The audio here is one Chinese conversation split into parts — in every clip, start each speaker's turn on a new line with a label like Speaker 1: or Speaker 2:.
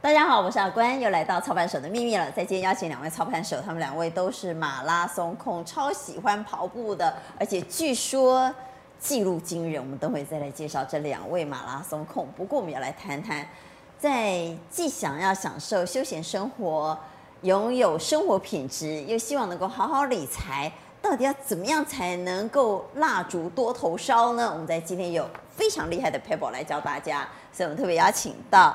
Speaker 1: 大家好，我是阿关，又来到操盘手的秘密了。在今天邀请两位操盘手，他们两位都是马拉松控，超喜欢跑步的，而且据说记录惊人。我们等会再来介绍这两位马拉松控。不过我们要来谈谈，在既想要享受休闲生活，拥有生活品质，又希望能够好好理财，到底要怎么样才能够蜡烛多头烧呢？我们在今天有非常厉害的 paper 来教大家，所以我们特别邀请到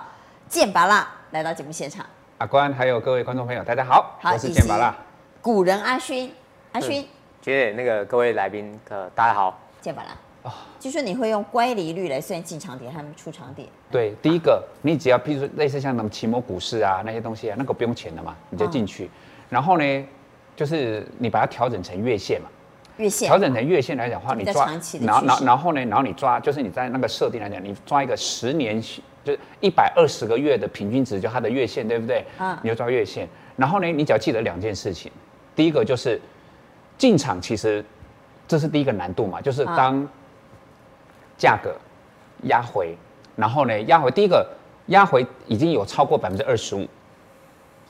Speaker 1: 剑拔辣来到节目现场，
Speaker 2: 阿关还有各位观众朋友，大家好，
Speaker 1: 好
Speaker 2: 我是健宝啦。
Speaker 1: 古人阿勋，阿勋
Speaker 3: 嗯，学姐，那个各位来宾，呃，大家好。
Speaker 1: 剑拔辣。
Speaker 2: 哦
Speaker 1: 据说你会用乖离率来算进场点和出场点，
Speaker 2: 对，第一个，你只要譬如说类似像什么期末股市啊那些东西啊，那个不用钱的嘛，你就进
Speaker 1: 嗯
Speaker 2: 去。然后呢，就是你把它调整成月线嘛，
Speaker 1: 月线
Speaker 2: 调整成月线来讲的话，
Speaker 1: 比
Speaker 2: 你
Speaker 1: 较
Speaker 2: 抓
Speaker 1: 长期，的
Speaker 2: 然后
Speaker 1: 趋
Speaker 2: 然后
Speaker 1: 势
Speaker 2: 然后呢，然后你抓，就是你在那个设定来讲，你抓一个十年就是一百二十个月的平均值，就它的月线，对不对？
Speaker 1: 嗯
Speaker 2: 你就抓月线。然后呢，你只要记得两件事情，第一个就是进场，其实这是第一个难度嘛，就是
Speaker 1: 嗯
Speaker 2: 当价格压回，然后呢压回，第一个压回已经有超过百分之二十五，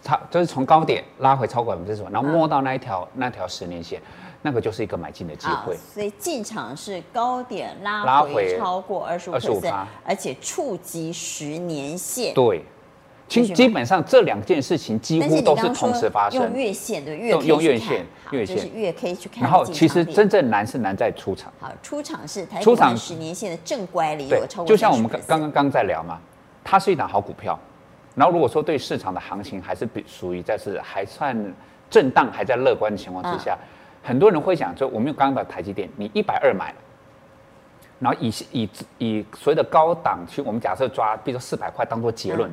Speaker 2: 它就是从高点拉回超过百分之十五，然后
Speaker 1: 嗯
Speaker 2: 摸到那一条那条十年线，那个就是一个买进的机
Speaker 1: 好，
Speaker 2: 会。
Speaker 1: 所以进场是高点拉
Speaker 2: 拉
Speaker 1: 回
Speaker 2: 回
Speaker 1: 超过二十五
Speaker 2: 25%
Speaker 1: 而且触及十年线。
Speaker 2: 对，其
Speaker 1: 继续
Speaker 2: 实
Speaker 1: 吧
Speaker 2: 基本上这两件事情几
Speaker 1: 但是
Speaker 2: 乎
Speaker 1: 你
Speaker 2: 都
Speaker 1: 刚
Speaker 2: 是
Speaker 1: 刚说
Speaker 2: 同时发生
Speaker 1: 用。月线对，月
Speaker 2: 用
Speaker 1: K
Speaker 2: 用
Speaker 1: 去
Speaker 2: 月
Speaker 1: 看
Speaker 2: 线
Speaker 1: 好
Speaker 2: 月
Speaker 1: 就是
Speaker 2: 线
Speaker 1: 月 K 去看进场点。
Speaker 2: 然后其实真正难是难在出场。
Speaker 1: 好出场是台股
Speaker 2: 出场
Speaker 1: 和十年线的正乖离，如
Speaker 2: 对
Speaker 1: 果超，过
Speaker 2: 就像我们刚
Speaker 1: 30%
Speaker 2: 刚刚刚在聊嘛，它是一档好股票。然后如果说对市场的行情还是比属于在是还算震荡还在乐观的情况之
Speaker 1: 嗯
Speaker 2: 下，很多人会讲说，我们用刚刚的台积电，你一百二买了，然后以以以所谓的高档区，我们假设抓，比如说四百块当做结
Speaker 1: 嗯
Speaker 2: 论。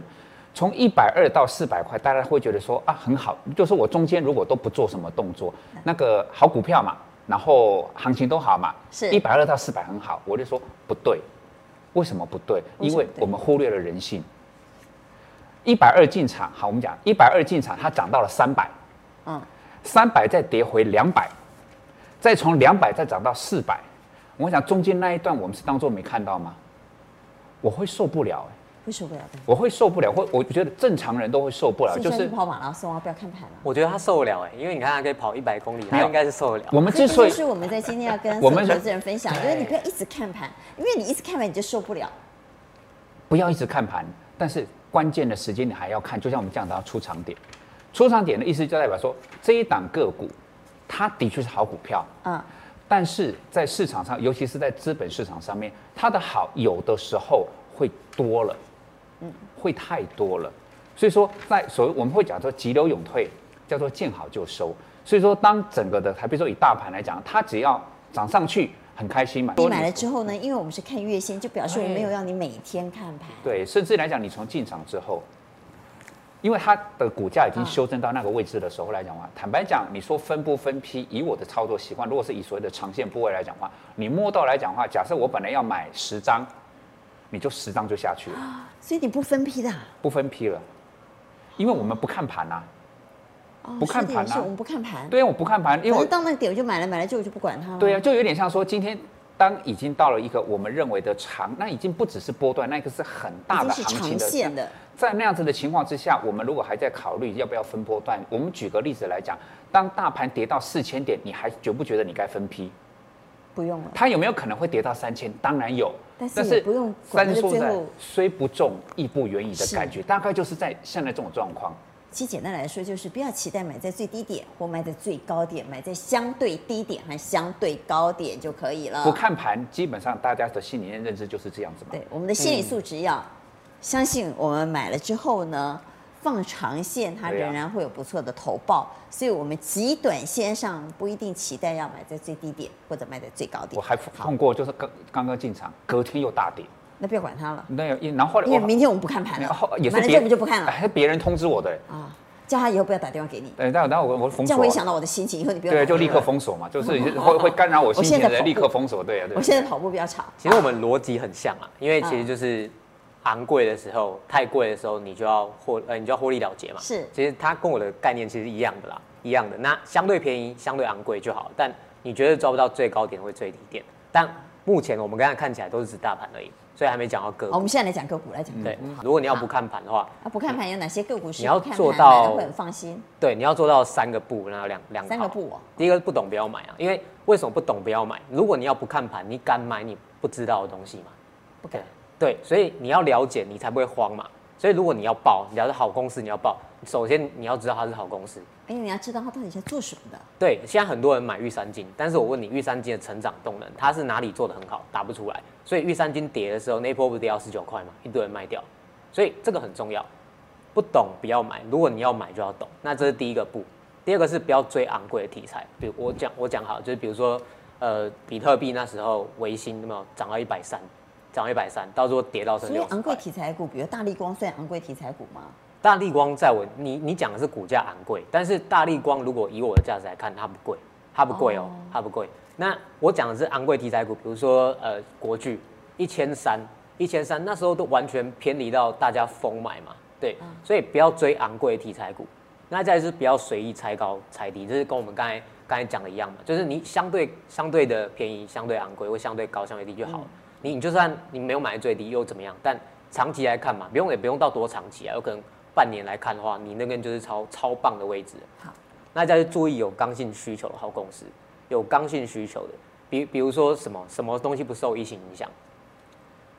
Speaker 2: 从一百二到四百块，大家会觉得说啊很好，就是我中间如果都不做什么动作，
Speaker 1: 嗯
Speaker 2: 那个好股票嘛，然后行情都好嘛，
Speaker 1: 是
Speaker 2: 一百二到四百很好，我就说不对，为什么不对？
Speaker 1: 为什
Speaker 2: 因
Speaker 1: 么
Speaker 2: 为我们忽略了人性。一百二进场，好，我们讲一百二进场，它涨到了三百，
Speaker 1: 嗯，
Speaker 2: 三百再跌回两百，再从两百再涨到四百，我想中间那一段我们是当做没看到吗？我会受不了、欸
Speaker 1: 会受不了的。
Speaker 2: 我会受不了，或我觉得正常人都会受不了，
Speaker 1: 所以
Speaker 2: 就
Speaker 1: 现在
Speaker 2: 是
Speaker 1: 去跑马拉松啊，不要看盘了。
Speaker 3: 我觉得他受得了哎，因为你看他可以跑一百公里，
Speaker 2: 没
Speaker 3: 他
Speaker 2: 有
Speaker 3: 应该是受得了。
Speaker 2: 我们
Speaker 1: 这
Speaker 2: 之所以
Speaker 1: 就是我们在今天要跟
Speaker 2: 我们
Speaker 1: 所有投资人分享，就是你不要一直看盘，因为你一直看盘你就受不了。
Speaker 2: 不要一直看盘，但是关键的时间你还要看，就像我们讲的要出场点，出场点的意思就代表说这一档个股，它的确是好股票，
Speaker 1: 嗯，
Speaker 2: 但是在市场上，尤其是在资本市场上面，它的好有的时候会多了，会太多了。所以说，在所谓我们会讲说急流勇退，叫做见好就收。所以说，当整个的，还比如说以大盘来讲，它只要涨上去，很开心嘛。
Speaker 1: 你买了之后呢，因为我们是看月线，就表示我没有让你每天看盘。
Speaker 2: 对，甚至来讲，你从进场之后，因为它的股价已经
Speaker 1: 嗯
Speaker 2: 修正到那个位置的时候来讲的话，坦白讲，你说分不分批，以我的操作习惯，如果是以所谓的长线部位来讲的话，你摸到来讲的话，假设我本来要买十张，你就十张就下去了，
Speaker 1: 所以你不分批的、啊。
Speaker 2: 不分批了，因为我们不看盘呐、
Speaker 1: 哦
Speaker 2: 不看盘啊
Speaker 1: 是的是我们不看盘。，
Speaker 2: 对啊，我不看盘，因为
Speaker 1: 反
Speaker 2: 我
Speaker 1: 正到那个点我就买了，买了之后我就不管它了。
Speaker 2: 对啊，，就有点像说今天。当已经到了一个我们认为的长，那已经不只是波段，那个是很大
Speaker 1: 已
Speaker 2: 的
Speaker 1: 经是
Speaker 2: 行
Speaker 1: 长
Speaker 2: 情的
Speaker 1: 线的。
Speaker 2: 在那样子的情况之下，我们如果还在考虑要不要分波段，我们举个例子来讲，当大盘跌到四千点，你还觉不觉得你该分批？
Speaker 1: 不用了。
Speaker 2: 它有没有可能会跌到三千？当然有，
Speaker 1: 但是也不用管那
Speaker 2: 三
Speaker 1: 个
Speaker 2: 说
Speaker 1: 最
Speaker 2: 实在
Speaker 1: 后，
Speaker 2: 虽不中亦不远矣的
Speaker 1: 是
Speaker 2: 感觉，大概就是在现在这种状况。
Speaker 1: 其实简单来说，就是不要期待买在最低点或买在最高点，买在相对低点和相对高点就可以了。
Speaker 2: 不看盘，基本上大家的心里面认知就是这样子
Speaker 1: 啊
Speaker 2: 嘛。
Speaker 1: 对，我们的心
Speaker 2: 嗯
Speaker 1: 理素质要、相信我们买了之后呢，放长线它
Speaker 2: 对啊
Speaker 1: 仍然会有不错的投报，所以我们极短线上不一定期待要买在最低点或者买在最高点。
Speaker 2: 我还碰过，就是刚刚刚进场，隔天又大跌，
Speaker 1: 那不要管它了，
Speaker 2: 那然后后来
Speaker 1: 因为
Speaker 2: 我
Speaker 1: 明天我们不看盘
Speaker 2: 然后
Speaker 1: 了，
Speaker 2: 也
Speaker 1: 买了
Speaker 2: 是
Speaker 1: 之
Speaker 2: 别哎
Speaker 1: 后我们就不看了
Speaker 2: 还是别人通知我的。
Speaker 1: 啊，叫他以后不要打电话给你，
Speaker 2: 对，然后然后我我啊封
Speaker 1: 这
Speaker 2: 锁
Speaker 1: 样我
Speaker 2: 了。
Speaker 1: 也想到我的心情，以后你不要
Speaker 2: 对，
Speaker 1: 打
Speaker 2: 就
Speaker 1: 给
Speaker 2: 立
Speaker 1: 我
Speaker 2: 刻。封锁 嘛，就是会会干扰我心情
Speaker 1: 我现在
Speaker 2: 的
Speaker 1: 跑
Speaker 2: 人，
Speaker 1: 步
Speaker 2: 立刻封锁。对啊，对。
Speaker 1: 我现在跑步比较吵，
Speaker 3: 其实我们逻辑很像啊，因为其实就是昂贵的时候，太贵的时候，你就要获呃，你就要获利了结嘛。
Speaker 1: 是
Speaker 3: 其实它跟我的概念其实一样的啦，一样的。那相对便宜，相对昂贵就好，但你绝对抓不到最高点或最低点。但目前我们刚才看起来都是指大盘而已，所以还没讲到个
Speaker 1: 好，我
Speaker 3: 股。
Speaker 1: 们现在来讲个股，来讲个
Speaker 3: 对
Speaker 1: 股。好，
Speaker 3: 如果你要不看盘的话，
Speaker 1: 啊，不看盘有哪些个股是
Speaker 3: 你要
Speaker 1: 不看盘
Speaker 3: 做到
Speaker 1: 买的会很放心？
Speaker 3: 对，你要做到三个不，然后两两
Speaker 1: 三个
Speaker 3: 好
Speaker 1: 不哦
Speaker 3: 第一个不懂不要买啊，因为为什么不懂不要买？如果你要不看盘，你敢买你不知道的东西嘛？
Speaker 1: 不敢。
Speaker 3: 对，所以你要了解，你才不会慌嘛。所以如果你要报，你要是好公司，你要报，首先你要知道它是好公司。
Speaker 1: 哎，你要知道它到底在做什么的。
Speaker 3: 对，现在很多人买玉山金，但是我问你，玉山金的成长动能，它是哪里做的很好？答不出来。所以玉山金跌的时候，那一波不是跌到十九块嘛，一堆人卖掉。所以这个很重要，不懂不要买。如果你要买，就要懂。那这是第一个步。第二个是不要追昂贵的题材，比如我讲我讲好，就是比如说，呃，比特币那时候维新有没有涨到一百三，涨到一百三，到时候跌到剩
Speaker 1: 所以
Speaker 3: 六十
Speaker 1: 昂贵
Speaker 3: 块。
Speaker 1: 题材股，比如大力光算昂贵题材股吗？
Speaker 3: 大力光在我你你讲的是股价昂贵，但是大力光如果以我的价值来看，它不贵，它不贵哦，
Speaker 1: 哦
Speaker 3: 它不贵。那我讲的是昂贵题材股，比如说呃国巨一千三，一千三那时候都完全偏离到大家疯买嘛，对，所以不要追昂贵的题材股。那再来是不要随意猜高猜低，这是跟我们刚才刚才讲的一样嘛，就是你相对相对的便宜，相对昂贵或相对高相对低就好了。你你就算你没有买最低又怎么样？但长期来看嘛，不用也不用到多长期啊，有可能半年来看的话，你那边就是超超棒的位置。
Speaker 1: 好，
Speaker 3: 那再去注意有刚性需求的好公司，有刚性需求的，比比如说什么什么东西不受疫情影响，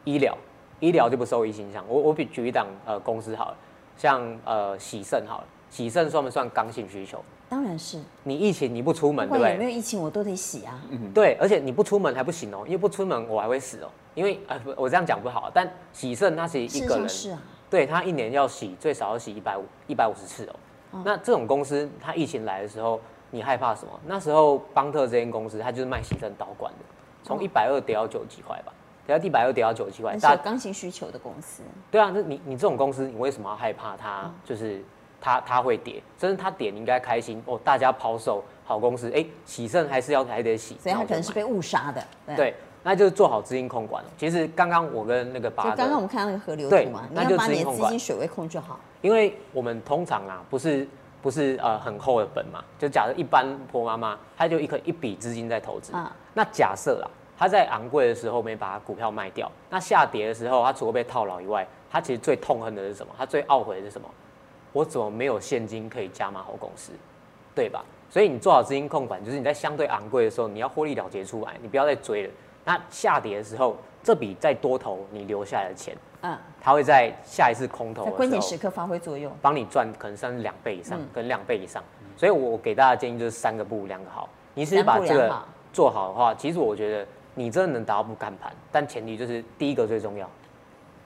Speaker 3: 医疗，医疗就不受疫情影响。我我比举一档呃公司好了，像呃喜盛好了，喜盛算不算刚性需求？
Speaker 1: 当然是，
Speaker 3: 你疫情你不出门
Speaker 1: 不
Speaker 3: 对嗯
Speaker 1: 管
Speaker 3: 不
Speaker 1: 有没
Speaker 3: 对？
Speaker 1: 有疫情，我都得洗啊。
Speaker 3: 对，而且你不出门还不行哦、因为不出门我还会死哦、因为呃不我这样讲不好，但喜盛它是
Speaker 1: 事
Speaker 3: 一
Speaker 1: 实
Speaker 3: 个
Speaker 1: 上
Speaker 3: 人
Speaker 1: 是啊，
Speaker 3: 对他一年要洗最少要洗一百五一百五十次哦。那这种公司，它疫情来的时候，你害怕什么？那时候邦特这间公司，它就是卖洗肾导管的，
Speaker 1: 哦
Speaker 3: 从一百二跌到九几块吧，跌到一百二跌到九几块，
Speaker 1: 那是
Speaker 3: 大
Speaker 1: 有
Speaker 3: 家
Speaker 1: 刚性需求的公司。
Speaker 3: 对啊，那你你这种公司，你为什么要害怕它？
Speaker 1: 嗯
Speaker 3: 就是它它会跌，甚至它跌你应该开心哦，大家抛售好公司，哎，洗肾还是要还得洗，
Speaker 1: 所以
Speaker 3: 那
Speaker 1: 它
Speaker 3: 我就
Speaker 1: 可能是
Speaker 3: 买
Speaker 1: 被误杀的。
Speaker 3: 对，那就是做好资金控管了。其实刚刚我跟那个八
Speaker 1: 就
Speaker 3: 哥，
Speaker 1: 刚刚我们看到那个河流
Speaker 3: 对
Speaker 1: 图嘛，你
Speaker 3: 那
Speaker 1: 要
Speaker 3: 就
Speaker 1: 把
Speaker 3: 资金
Speaker 1: 你的
Speaker 3: 控
Speaker 1: 资
Speaker 3: 管
Speaker 1: 金水位控制好。
Speaker 3: 因为我们通常啊，不是不是呃很厚的本嘛，就假设一般婆妈妈，她就一个一笔资金在投资。
Speaker 1: 啊
Speaker 3: 那假设啦，她在昂贵的时候没把股票卖掉，那下跌的时候，她除了被套牢以外，她其实最痛恨的是什么？她最懊悔的是什么？我怎么没有现金可以加码好公司，对吧？所以你做好资金控管，就是你在相对昂贵的时候，你要获利了结出来，你不要再追了。那下跌的时候，这笔再多投你留下来的钱，
Speaker 1: 嗯，
Speaker 3: 它会在下一次空头
Speaker 1: 在
Speaker 3: 的时候
Speaker 1: 关键时刻发挥作用。
Speaker 3: 帮你赚可能算是两倍以上，
Speaker 1: 嗯
Speaker 3: 跟两倍以上。所以我给大家建议就是三个不两个好。你是把
Speaker 1: 三
Speaker 3: 这
Speaker 1: 不
Speaker 3: 个
Speaker 1: 两好
Speaker 3: 做好的话，其实我觉得你真的能达到不看盘，但前提就是第一个最重要，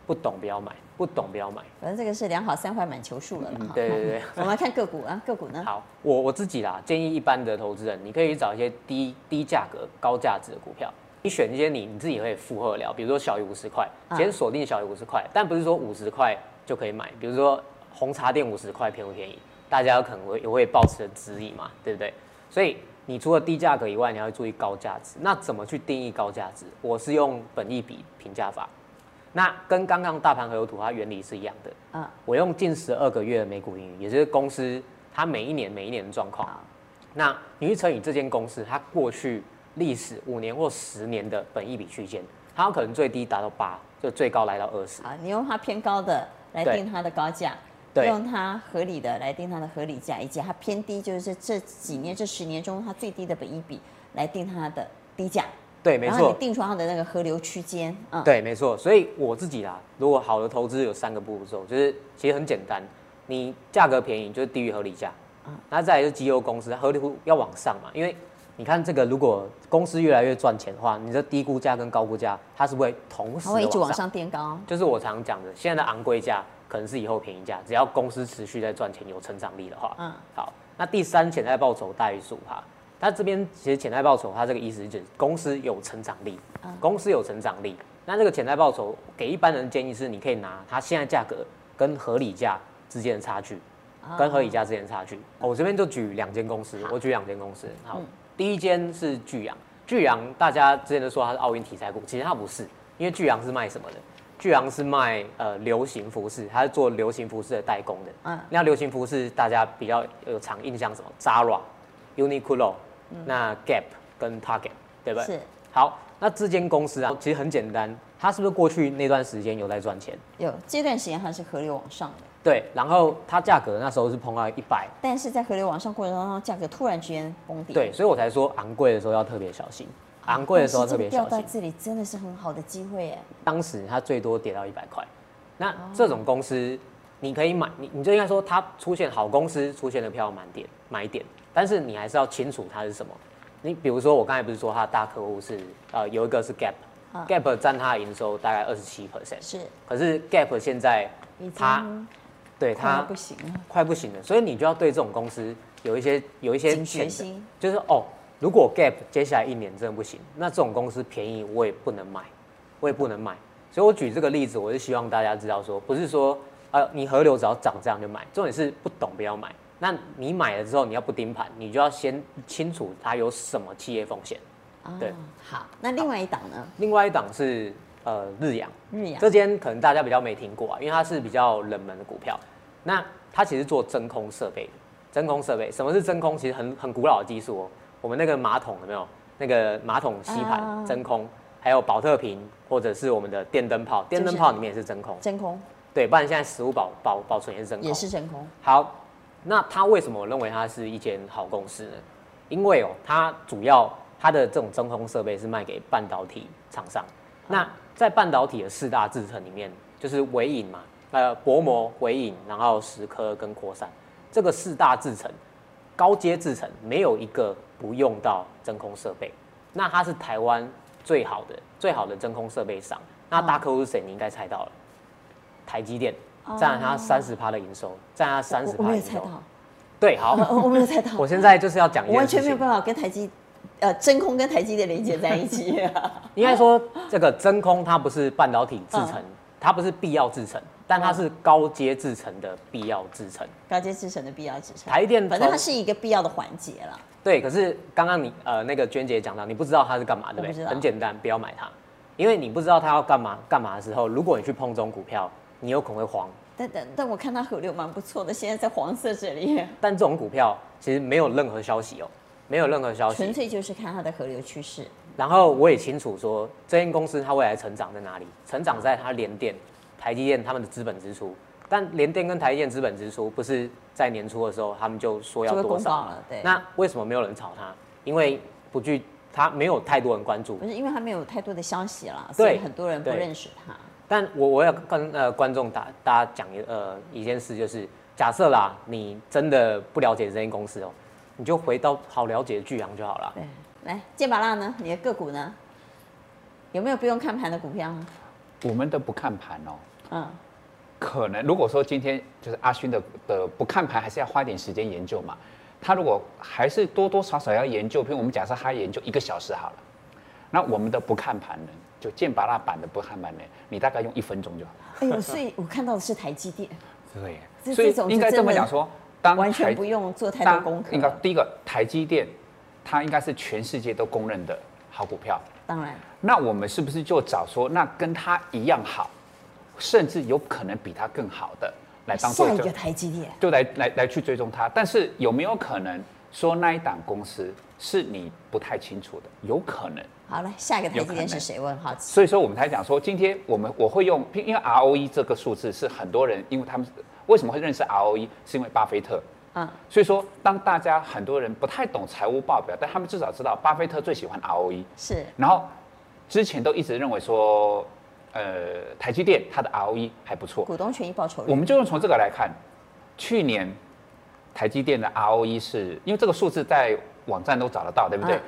Speaker 3: 不懂不要买，不懂不要买。
Speaker 1: 反正这个是良好三坏满球数了啦。哈
Speaker 3: 嗯对对对。
Speaker 1: 我们来看个股啊，个股呢？
Speaker 3: 好，我我自己啦，建议一般的投资人，你可以去找一些低低价格、高价值的股票，你选一些你你自己可以负荷得了，比如说小于五十块，
Speaker 1: 嗯
Speaker 3: 先锁定小于五十块，但不是说五十块就可以买，比如说红茶店五十块便不便宜，大家有可能会也会抱持的质疑嘛，对不对？所以你除了低价格以外，你要注意高价值。那怎么去定义高价值？我是用本益比评价法，那跟刚刚大盘河流图它原理是一样的。
Speaker 1: 啊，
Speaker 3: 我用近十二个月的每股盈余，也就是公司它每一年每一年的状况。那你去乘以这间公司它过去历史五年或十年的本益比区间，它有可能最低达到八，就最高来到二十。
Speaker 1: 好，你用它偏高的来
Speaker 3: 对
Speaker 1: 定它的高价，
Speaker 3: 对
Speaker 1: 用它合理的来定它的合理价，以及它偏低，就是这几年这十年中它最低的本益比来定它的低价。
Speaker 3: 对，没
Speaker 1: 然后
Speaker 3: 错
Speaker 1: 你。定出它的那个河流区间啊。
Speaker 3: 对，没错。所以我自己啦，如果好的投资有三个步骤，就是其实很简单，你价格便宜就是低于合理价，
Speaker 1: 嗯
Speaker 3: 那再来就是绩优公司，合理股要往上嘛，因为你看这个如果公司越来越赚钱的话，你的低估价跟高估价它是会同时
Speaker 1: 它会一直
Speaker 3: 地
Speaker 1: 往上垫高。
Speaker 3: 就是我常讲的，现在的昂贵价可能是以后便宜价，只要公司持续在赚钱、有成长力的话，
Speaker 1: 嗯
Speaker 3: 嗯，好。那第三，潜在报酬大于十五趴。它这边其实潜在报酬，它这个意思就是公司有成长力，公司有成长力。那这个潜在报酬给一般人建议是，你可以拿它现在价格跟合理价之间的差距，跟合理价之间的差距。哦我这边就举两间公司，我举两间公司。好，第一间是巨阳，巨阳大家之前都说它是奥运题材股，其实它不是，因为巨阳是卖什么的？巨阳是卖呃流行服饰，它是做流行服饰的代工的。
Speaker 1: 嗯
Speaker 3: 嗯，那流行服饰大家比较有常印象什么？Zara、Uniqlo、那 Gap 跟 Target，对不对？
Speaker 1: 是。
Speaker 3: 好，那这间公司啊，其实很简单，它是不是过去那段时间有在赚钱？
Speaker 1: 有这段时间它是河流往上的，
Speaker 3: 对，然后它价格那时候是碰到一百，
Speaker 1: 但是在河流往上过程当中，价格突然之间崩跌。
Speaker 3: 对，，所以我才说昂贵的时候要特别小心，昂贵的时候要特别
Speaker 1: 掉
Speaker 3: 小
Speaker 1: 到哦
Speaker 3: 心。
Speaker 1: 这里真的是很好的机会耶。
Speaker 3: 当时它最多跌到一百块。那
Speaker 1: 哦
Speaker 3: 这种公司，你可以买，你你就应该说它出现好公司出现的票满点买点，但是你还是要清楚它是什么。你比如说我刚才不是说它的大客户是呃有一个是
Speaker 1: 嗯
Speaker 3: Gap，Gap、占它的营收大概二十七 percent，
Speaker 1: 是，
Speaker 3: 可是 Gap 现在
Speaker 1: 已
Speaker 3: 它
Speaker 1: 经
Speaker 3: 对
Speaker 1: 快要
Speaker 3: 它
Speaker 1: 不行了。
Speaker 3: 快不行了，所以你就要对这种公司有一些有一些
Speaker 1: 警觉
Speaker 3: 谴责
Speaker 1: 心，
Speaker 3: 就是哦，如果 Gap 接下来一年真的不行，那这种公司便宜我也不能买，我也不能买。所以我举这个例子，我是希望大家知道说，不是说呃你河流只要涨这样就买，重点是不懂不要买。那你买了之后，你要不盯盘，你就要先清楚它有什么企业风险。
Speaker 1: 啊
Speaker 3: 对，
Speaker 1: 好，那另外一档呢？
Speaker 3: 另外一档是呃日阳，
Speaker 1: 日阳
Speaker 3: 这间可能大家比较没听过啊，因为它是比较冷门的股票。那它其实做真空设备的，真空设备什么是真空？其实很很古老的技术哦。我们那个马桶有没有？那个马桶吸盘、
Speaker 1: 啊
Speaker 3: 真空，还有保特瓶，或者是我们的电灯泡，电灯泡里面也是真空。
Speaker 1: 真空
Speaker 3: 对，不然现在食物保保保存也是真空。
Speaker 1: 也是真空，
Speaker 3: 好，那它为什么我认为它是一间好公司呢？因为哦，它主要它的这种真空设备是卖给半导体厂商。那在半导体的四大制程里面，就是微影嘛，呃，薄膜、微影，然后蚀刻跟扩散，这个四大制程，高阶制程没有一个不用到真空设备。那它是台湾最好的最好的真空设备商。那大客户是谁？你应该猜到了，
Speaker 1: 哦
Speaker 3: 台积电占了它三十趴的营收，占它三
Speaker 1: 我
Speaker 3: 十
Speaker 1: 哦我
Speaker 3: 趴
Speaker 1: 没
Speaker 3: 营
Speaker 1: 有猜
Speaker 3: 收。
Speaker 1: 到， 哦
Speaker 3: 对，好，
Speaker 1: 我我没有猜到，
Speaker 3: 我现在就是要讲一
Speaker 1: 我
Speaker 3: 件
Speaker 1: 完
Speaker 3: 事
Speaker 1: 全没有
Speaker 3: 情，
Speaker 1: 办法跟台积，呃，真空跟台积的连接在一起、
Speaker 3: 应该说这个真空它不是半导体制
Speaker 1: 嗯
Speaker 3: 成，它不是必要制成，但它是高阶制成的必要制成。
Speaker 1: 高阶制程的必要支撑。
Speaker 3: 台电
Speaker 1: 反正它
Speaker 3: 从
Speaker 1: 是一个必要的环节了。
Speaker 3: 对，可是刚刚你呃那个娟姐讲到，你不知道它是干嘛，对
Speaker 1: 我
Speaker 3: 不
Speaker 1: 不知
Speaker 3: 对？
Speaker 1: 道
Speaker 3: 很简单，不要买它，因为你不知道它要干嘛干嘛的时候，如果你去碰这种股票，你有可能会慌。
Speaker 1: 但但但我看它河流蛮不错的，现在在黄色这里，
Speaker 3: 但这种股票其实没有任何消息哦，没有任何消
Speaker 1: 纯
Speaker 3: 息。
Speaker 1: 粹就是看它的河流趋势。
Speaker 3: 然后我也清楚说，这间公司它未来成长在哪里？成长在它联电、台积电他们的资本支出。但联电跟台积电资本支出不是在年初的时候他们就说
Speaker 1: 就
Speaker 3: 要
Speaker 1: 会
Speaker 3: 多
Speaker 1: 公
Speaker 3: 少
Speaker 1: 告了对
Speaker 3: 那为什么没有人炒它？因为不具它没有太多人关注
Speaker 1: 不。是因为它没有太多的消息啦，所以
Speaker 3: 对
Speaker 1: 很多人不
Speaker 3: 对
Speaker 1: 认识它。
Speaker 3: 但我我要跟呃观众打大家讲一呃一件事，就是假设啦，你真的不了解这间公司哦，你就回到好了解的巨阳就好了。
Speaker 1: 对，来，剑拔辣呢？你的个股呢？有没有不用看盘的股 票呢？
Speaker 2: 我们的不看盘哦，
Speaker 1: 嗯，
Speaker 2: 可能如果说今天就是阿勋的的不看盘，还是要花点时间研究嘛。他如果还是多多少少要研究，譬如我们假设他研究一个小时好了，那我们的不看盘呢，就剑拔辣版的不看盘呢，你大概用一分钟就好了。
Speaker 1: 哎呦，所以我看到的是台积电，这
Speaker 2: 对，所以
Speaker 1: 这种就
Speaker 2: 应该这
Speaker 1: 真
Speaker 2: 么
Speaker 1: 的
Speaker 2: 讲说，当
Speaker 1: 完
Speaker 2: 台
Speaker 1: 全不用做太
Speaker 2: 当
Speaker 1: 多功课
Speaker 2: 应该
Speaker 1: 了。
Speaker 2: 第一个，台积电，它应该是全世界都公认的好股票。
Speaker 1: 当然，
Speaker 2: 那我们是不是就找说，那跟它一样好，甚至有可能比它更好的来当做
Speaker 1: 下一
Speaker 2: 就
Speaker 1: 个台积电，
Speaker 2: 就来来来去追踪它？但是有没有可能说那一档公司是你不太清楚的？有可能。
Speaker 1: 好了，下一个台积电
Speaker 2: 有可
Speaker 1: 是
Speaker 2: 能
Speaker 1: 谁？我很好奇。
Speaker 2: 所以说我们才讲说，今天我们我会用，因为 ROE 这个数字是很多人，因为他们为什么会认识 ROE，是因为巴菲特。
Speaker 1: 嗯，
Speaker 2: 所以说，当大家很多人不太懂财务报表，但他们至少知道巴菲特最喜欢 E ROE。
Speaker 1: 是
Speaker 2: 然后之前都一直认为说，呃，台积电它的 ROE 还不错，
Speaker 1: 股东权益报酬率。
Speaker 2: 我们就用从这个来看，去年台积电的 ROE 是因为这个数字在网站都找得到，对不对？
Speaker 1: 嗯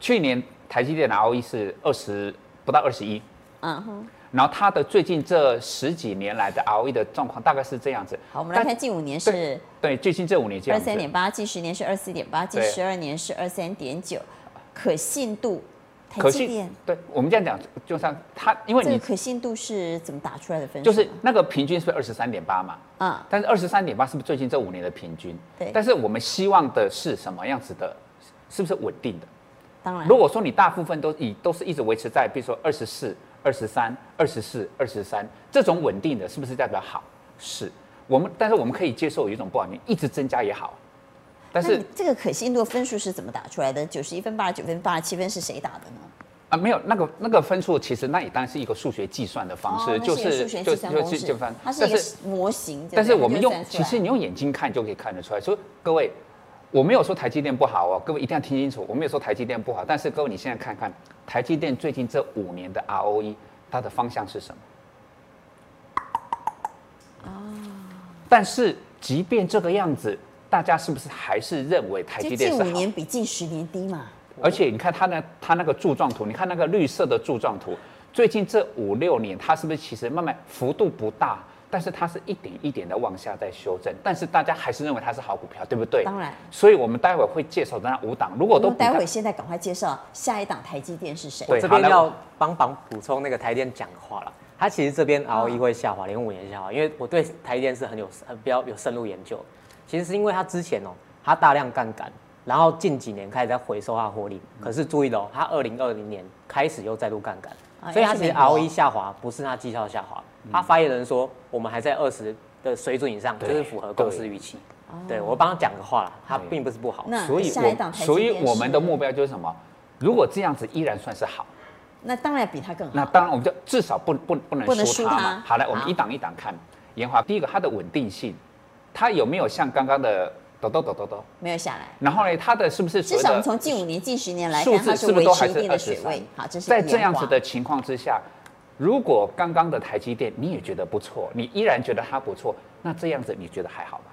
Speaker 2: 去年台积电的 ROE 是二十不到二十一，
Speaker 1: 嗯哼，
Speaker 2: 然后它的最近这十几年来的 ROE 的状况大概是这样子。
Speaker 1: 好，我们来
Speaker 2: 但
Speaker 1: 看近五年是
Speaker 2: 对，最近这五年这
Speaker 1: 二
Speaker 2: 样子
Speaker 1: 三。点八，近十年是二四点八，近
Speaker 2: 对
Speaker 1: 十二年是二三点九，可信度，台
Speaker 2: 可
Speaker 1: 积
Speaker 2: 信
Speaker 1: 电，
Speaker 2: 对我们这样讲，就像它，因为
Speaker 1: 这
Speaker 2: 你
Speaker 1: 个可信度是怎么打出来的分数
Speaker 2: 就
Speaker 1: 啊？
Speaker 2: 是那个平均是不是二十三点八嘛？
Speaker 1: 啊，
Speaker 2: 但是二十三点八是不是最近这五年的平均？
Speaker 1: 对
Speaker 2: 但是我们希望的是什么样子的？是不是稳定的？
Speaker 1: 当然
Speaker 2: 如，果说你大部分都以都是一直维持在，比如说二十四、二十三、二十四、二十三这种稳定的，是不是代表好？是我们，但是我们可以接受有一种不好，你一直增加也好。但
Speaker 1: 那
Speaker 2: 是
Speaker 1: 你这个可信度分数是怎么打出来的？九十一分、八十九分、八十七分是谁打的呢？
Speaker 2: 啊，没有那个那个分数，其实那也当然是一个数学计算的方式，
Speaker 1: 哦那
Speaker 2: 就是
Speaker 1: 一个
Speaker 2: 是
Speaker 1: 数学
Speaker 2: 就
Speaker 1: 计算公
Speaker 2: 就
Speaker 1: 式
Speaker 2: 就翻，，
Speaker 1: 它是
Speaker 2: 但
Speaker 1: 一个模型。对
Speaker 2: 但
Speaker 1: 不
Speaker 2: 是
Speaker 1: 对
Speaker 2: 我们用
Speaker 1: 它就，
Speaker 2: 其
Speaker 1: 算出
Speaker 2: 实
Speaker 1: 来
Speaker 2: 你用眼睛看就可以看得出来。所以各位，我没有说台积电不好哦，各位一定要听清楚，我没有说台积电不好。但是各位，你现在看看台积电最近这五年的 ROE，它的方向是什么？
Speaker 1: 哦
Speaker 2: 但是即便这个样子，大家是不是还是认为台积
Speaker 1: 就
Speaker 2: 电
Speaker 1: 近
Speaker 2: 是
Speaker 1: 五
Speaker 2: 好？
Speaker 1: 年比近十年低嘛。
Speaker 2: 而且你看它那它那个柱状图，你看那个绿色的柱状图，最近这五六年，它是不是其实慢慢幅度不大，但是它是一点一点的往下在修正，但是大家还是认为它是好股票，对不对？
Speaker 1: 当然。
Speaker 2: 所以我们待会会介绍的那五档，如果
Speaker 1: 我
Speaker 2: 都
Speaker 1: 们
Speaker 2: 比
Speaker 1: 待
Speaker 2: 它
Speaker 1: 会现在赶快介绍下一档台积电是谁。
Speaker 2: 对
Speaker 3: 这
Speaker 2: 好
Speaker 3: 边
Speaker 2: 来
Speaker 3: 要
Speaker 2: 我
Speaker 3: 帮忙补充那个台电讲的话了。它其实这边
Speaker 2: 嗯
Speaker 3: ROE 会下滑，连五年下滑，因为我对台电是很有很比较有深入研究。其实是因为它之前哦，它大量杠杆，然后近几年开始在回收它的获利。
Speaker 2: 嗯
Speaker 3: 可是注意了哦，它二零二零年开始又再度杠
Speaker 1: 啊
Speaker 2: 哦
Speaker 3: 杆，所以它
Speaker 1: 又是
Speaker 3: 其实
Speaker 1: 美国
Speaker 3: ROE 下滑不是它绩效下滑，它发言人说我们还在二十的水准以上，就
Speaker 2: 嗯对
Speaker 3: 是符合公司
Speaker 2: 对哦
Speaker 3: 预期。对我帮他讲个话啦，它并不是不好。
Speaker 1: 那
Speaker 2: 所以
Speaker 1: 下一档
Speaker 2: 我
Speaker 1: 台积电
Speaker 2: 所以我们的
Speaker 1: 是
Speaker 2: 目标就是什么？如果这样子依然算是好，
Speaker 1: 那当然比它更
Speaker 2: 那
Speaker 1: 好。
Speaker 2: 当然我们就至少不不
Speaker 1: 不
Speaker 2: 不
Speaker 1: 能
Speaker 2: 能
Speaker 1: 输
Speaker 2: 输它
Speaker 1: 它
Speaker 2: 嘛。好来，我
Speaker 1: 好
Speaker 2: 们一档一档看。研华，第一个它的稳定性，它有没有像刚刚的抖抖抖抖抖？
Speaker 1: 没有下来，
Speaker 2: 然后呢，它的是不是
Speaker 1: 至
Speaker 2: 所谓
Speaker 1: 少我们
Speaker 2: 的
Speaker 1: 从近五年、近十年来
Speaker 2: 数
Speaker 1: 看，它
Speaker 2: 字
Speaker 1: 是
Speaker 2: 是不
Speaker 1: 维
Speaker 2: 是都
Speaker 1: 持
Speaker 2: 还
Speaker 1: 一
Speaker 2: 是
Speaker 1: 定
Speaker 2: 二
Speaker 1: 的
Speaker 2: 十
Speaker 1: 水
Speaker 2: 三
Speaker 1: 位。好，这？是
Speaker 2: 在
Speaker 1: 一个
Speaker 2: 这样
Speaker 1: 演
Speaker 2: 子
Speaker 1: 化
Speaker 2: 的情况之下，如果刚刚的台积电你也觉得不错，你依然觉得它不错，那这样子你觉得还好吧？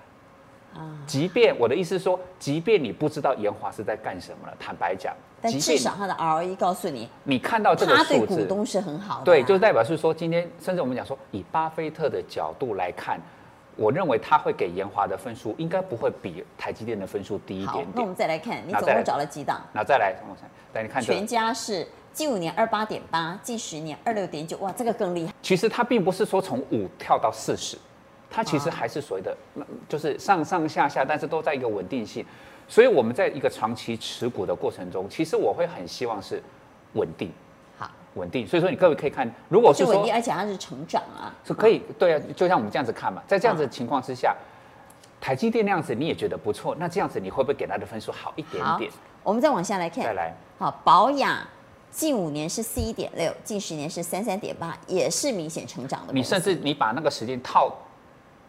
Speaker 1: 啊，
Speaker 2: 即便我的意思是说，即便你不知道研华是在干什么了，坦白讲，
Speaker 1: 但
Speaker 2: 即
Speaker 1: 至
Speaker 2: 便
Speaker 1: 少它的 ROE 告诉你，
Speaker 2: 你看到这个
Speaker 1: 它对
Speaker 2: 数
Speaker 1: 股
Speaker 2: 字，
Speaker 1: 东是很好的啊。
Speaker 2: 对，就代表是说，今天甚至我们讲说，以巴菲特的角度来看，我认为他会给研华的分数应该不会比台积电的分数低一
Speaker 1: 好
Speaker 2: 点。
Speaker 1: 那我们
Speaker 2: 点。
Speaker 1: 再来看，你
Speaker 2: 那
Speaker 1: 总
Speaker 2: 再
Speaker 1: 共
Speaker 2: 来
Speaker 1: 找了几档？
Speaker 2: 那再来，我想来你看这个
Speaker 1: 全家是近五年二八点八，近十年二六点九，哇，这个更厉害。
Speaker 2: 其实它并不是说从五跳到四十，它其实
Speaker 1: 啊
Speaker 2: 还是所谓的，那就是上上下下，但是都在一个稳定性。所以我们在一个长期持股的过程中，其实我会很希望是稳定，
Speaker 1: 好，
Speaker 2: 稳定。所以说你各位可以看，如果是
Speaker 1: 是稳
Speaker 2: 说
Speaker 1: 定，而且它是成长啊。
Speaker 2: 是可以，对啊，就像我们这样子看嘛，在这样子
Speaker 1: 啊
Speaker 2: 的情况之下，台积电那样子你也觉得不错，那这样子你会不会给它的分数好一点
Speaker 1: 好
Speaker 2: 点？，
Speaker 1: 我们再往下来看。
Speaker 2: 再来，
Speaker 1: 好，宝雅近五年是四一点六，近十年是三三点八，也是明显成长的公司。
Speaker 2: 你甚至你把那个时间套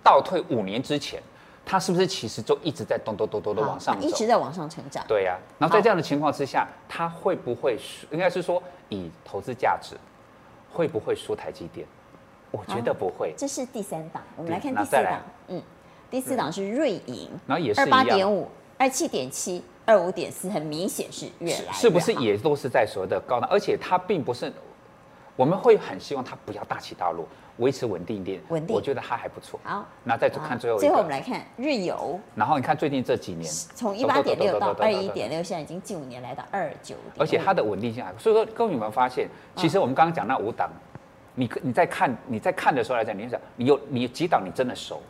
Speaker 2: 倒退五年之前，它是不是其实就一直在咚咚咚咚的
Speaker 1: 好
Speaker 2: 往上
Speaker 1: 它
Speaker 2: 走？
Speaker 1: 一直在往上成长。
Speaker 2: 对呀、然后在
Speaker 1: 好
Speaker 2: 这样的情况之下，它会不会输？应该是说以投资价值，会不会输台积电？我觉得不会。
Speaker 1: 这是第三档，我们
Speaker 2: 对
Speaker 1: 来看第
Speaker 2: 那
Speaker 1: 四
Speaker 2: 再来
Speaker 1: 档。嗯，第四档是瑞银，
Speaker 2: 然后也是
Speaker 1: 二
Speaker 2: 一
Speaker 1: 八
Speaker 2: 样
Speaker 1: 点五、二七点七、二五点四，很明显是越来越好
Speaker 2: 是不是也都是在所谓的高档？而且它并不是，我们会很希望它不要大起大落，维持稳定一点。
Speaker 1: 稳定
Speaker 2: 我觉得它还不错。
Speaker 1: 好？
Speaker 2: 那再去
Speaker 1: 好
Speaker 2: 看最后一
Speaker 1: 最后我
Speaker 2: 个
Speaker 1: 们，来看日游，
Speaker 2: 然后你看最近这几年，
Speaker 1: 从一
Speaker 2: 走
Speaker 1: 八
Speaker 2: 走
Speaker 1: 点
Speaker 2: 走走
Speaker 1: 六
Speaker 2: 走
Speaker 1: 到
Speaker 2: 走走
Speaker 1: 二一点六，现在已经近五年来到二九点，
Speaker 2: 而且它的稳定性还，所以说各位有没有发现，
Speaker 1: 嗯
Speaker 2: 其实我们刚刚讲那五档，你你在看你在看的时候来讲，你想你有你有几档你真的熟？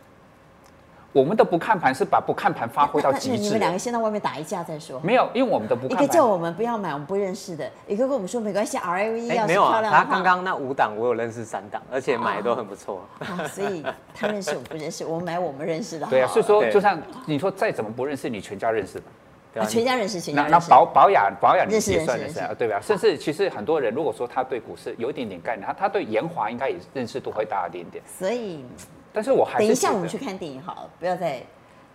Speaker 2: 我们的不看盘是把不看盘发挥到
Speaker 1: 那那
Speaker 2: 极
Speaker 1: 你
Speaker 2: 致
Speaker 1: 们两
Speaker 2: 的，
Speaker 1: 个先到外面打一架再说。
Speaker 2: 没有，因为我们的不
Speaker 1: 一
Speaker 2: 看
Speaker 1: 个叫
Speaker 2: 盘。
Speaker 1: 我们不要买我们不认识的，一个跟我们说没关系，ROE 要是
Speaker 3: 哎，没有
Speaker 1: 漂
Speaker 3: 啊，
Speaker 1: 亮的
Speaker 3: 他
Speaker 1: 话，
Speaker 3: 刚刚那五档我有认识三档，而且买的都很不错。
Speaker 1: 啊，所以他认识我们不认识，我们买我们认识的好了。
Speaker 2: 对啊，所以说
Speaker 3: 对
Speaker 2: 就像你说再怎么不认识，你全家认识吧。
Speaker 3: 对
Speaker 1: 啊
Speaker 3: 吧？
Speaker 1: 全家认识，全家
Speaker 2: 那
Speaker 1: 认
Speaker 2: 那
Speaker 1: 识。
Speaker 2: 保保养保养你
Speaker 1: 认识
Speaker 2: 也算
Speaker 1: 认识
Speaker 2: 认识
Speaker 1: 认
Speaker 2: 啊
Speaker 1: 识，
Speaker 2: 对吧？甚至其实很多人如果说他对股市有一点点概念，他他对延华应该也认识度会大一点点。
Speaker 1: 所以
Speaker 2: 但是我还
Speaker 1: 等一
Speaker 2: 是
Speaker 1: 下
Speaker 2: 觉
Speaker 1: 我们
Speaker 2: 得
Speaker 1: 去看电影好了，不要再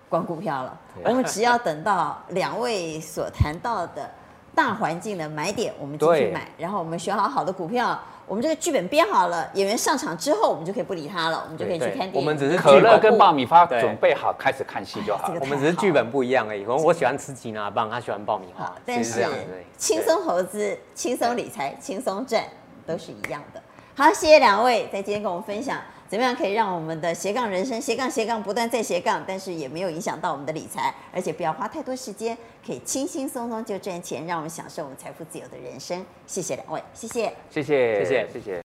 Speaker 1: 光股票了。
Speaker 2: 对
Speaker 1: 我们只要等到两位所谈到的大环境的买点，我们进去
Speaker 2: 对
Speaker 1: 买，然后我们选好好的股票，我们这个剧本编好了，演员上场之后，我们就可以不理他了，我们就可以去
Speaker 3: 对
Speaker 1: 看电影。
Speaker 3: 我们只是
Speaker 2: 可
Speaker 3: 剧
Speaker 2: 乐
Speaker 3: 本
Speaker 2: 跟爆米花
Speaker 3: 对
Speaker 2: 准备好开始看戏就
Speaker 1: 哎
Speaker 2: 好
Speaker 1: 这个
Speaker 2: 了。
Speaker 3: 我们只是剧本不一样而已。可能我喜欢吃吉拿棒，他喜欢爆米花
Speaker 1: 好，，
Speaker 3: 其
Speaker 1: 但
Speaker 3: 实
Speaker 1: 是
Speaker 3: 这样子而已。
Speaker 1: 轻松投资、轻松理财、轻松赚都是一样的。好，谢谢两位在今天跟我们分享，怎么样可以让我们的斜杠人生斜杠斜杠不断再斜杠，但是也没有影响到我们的理财，而且不要花太多时间，可以轻轻松松就赚钱，让我们享受我们财富自由的人生。谢谢两位，谢谢。
Speaker 2: 谢谢
Speaker 3: 谢谢
Speaker 2: 谢谢。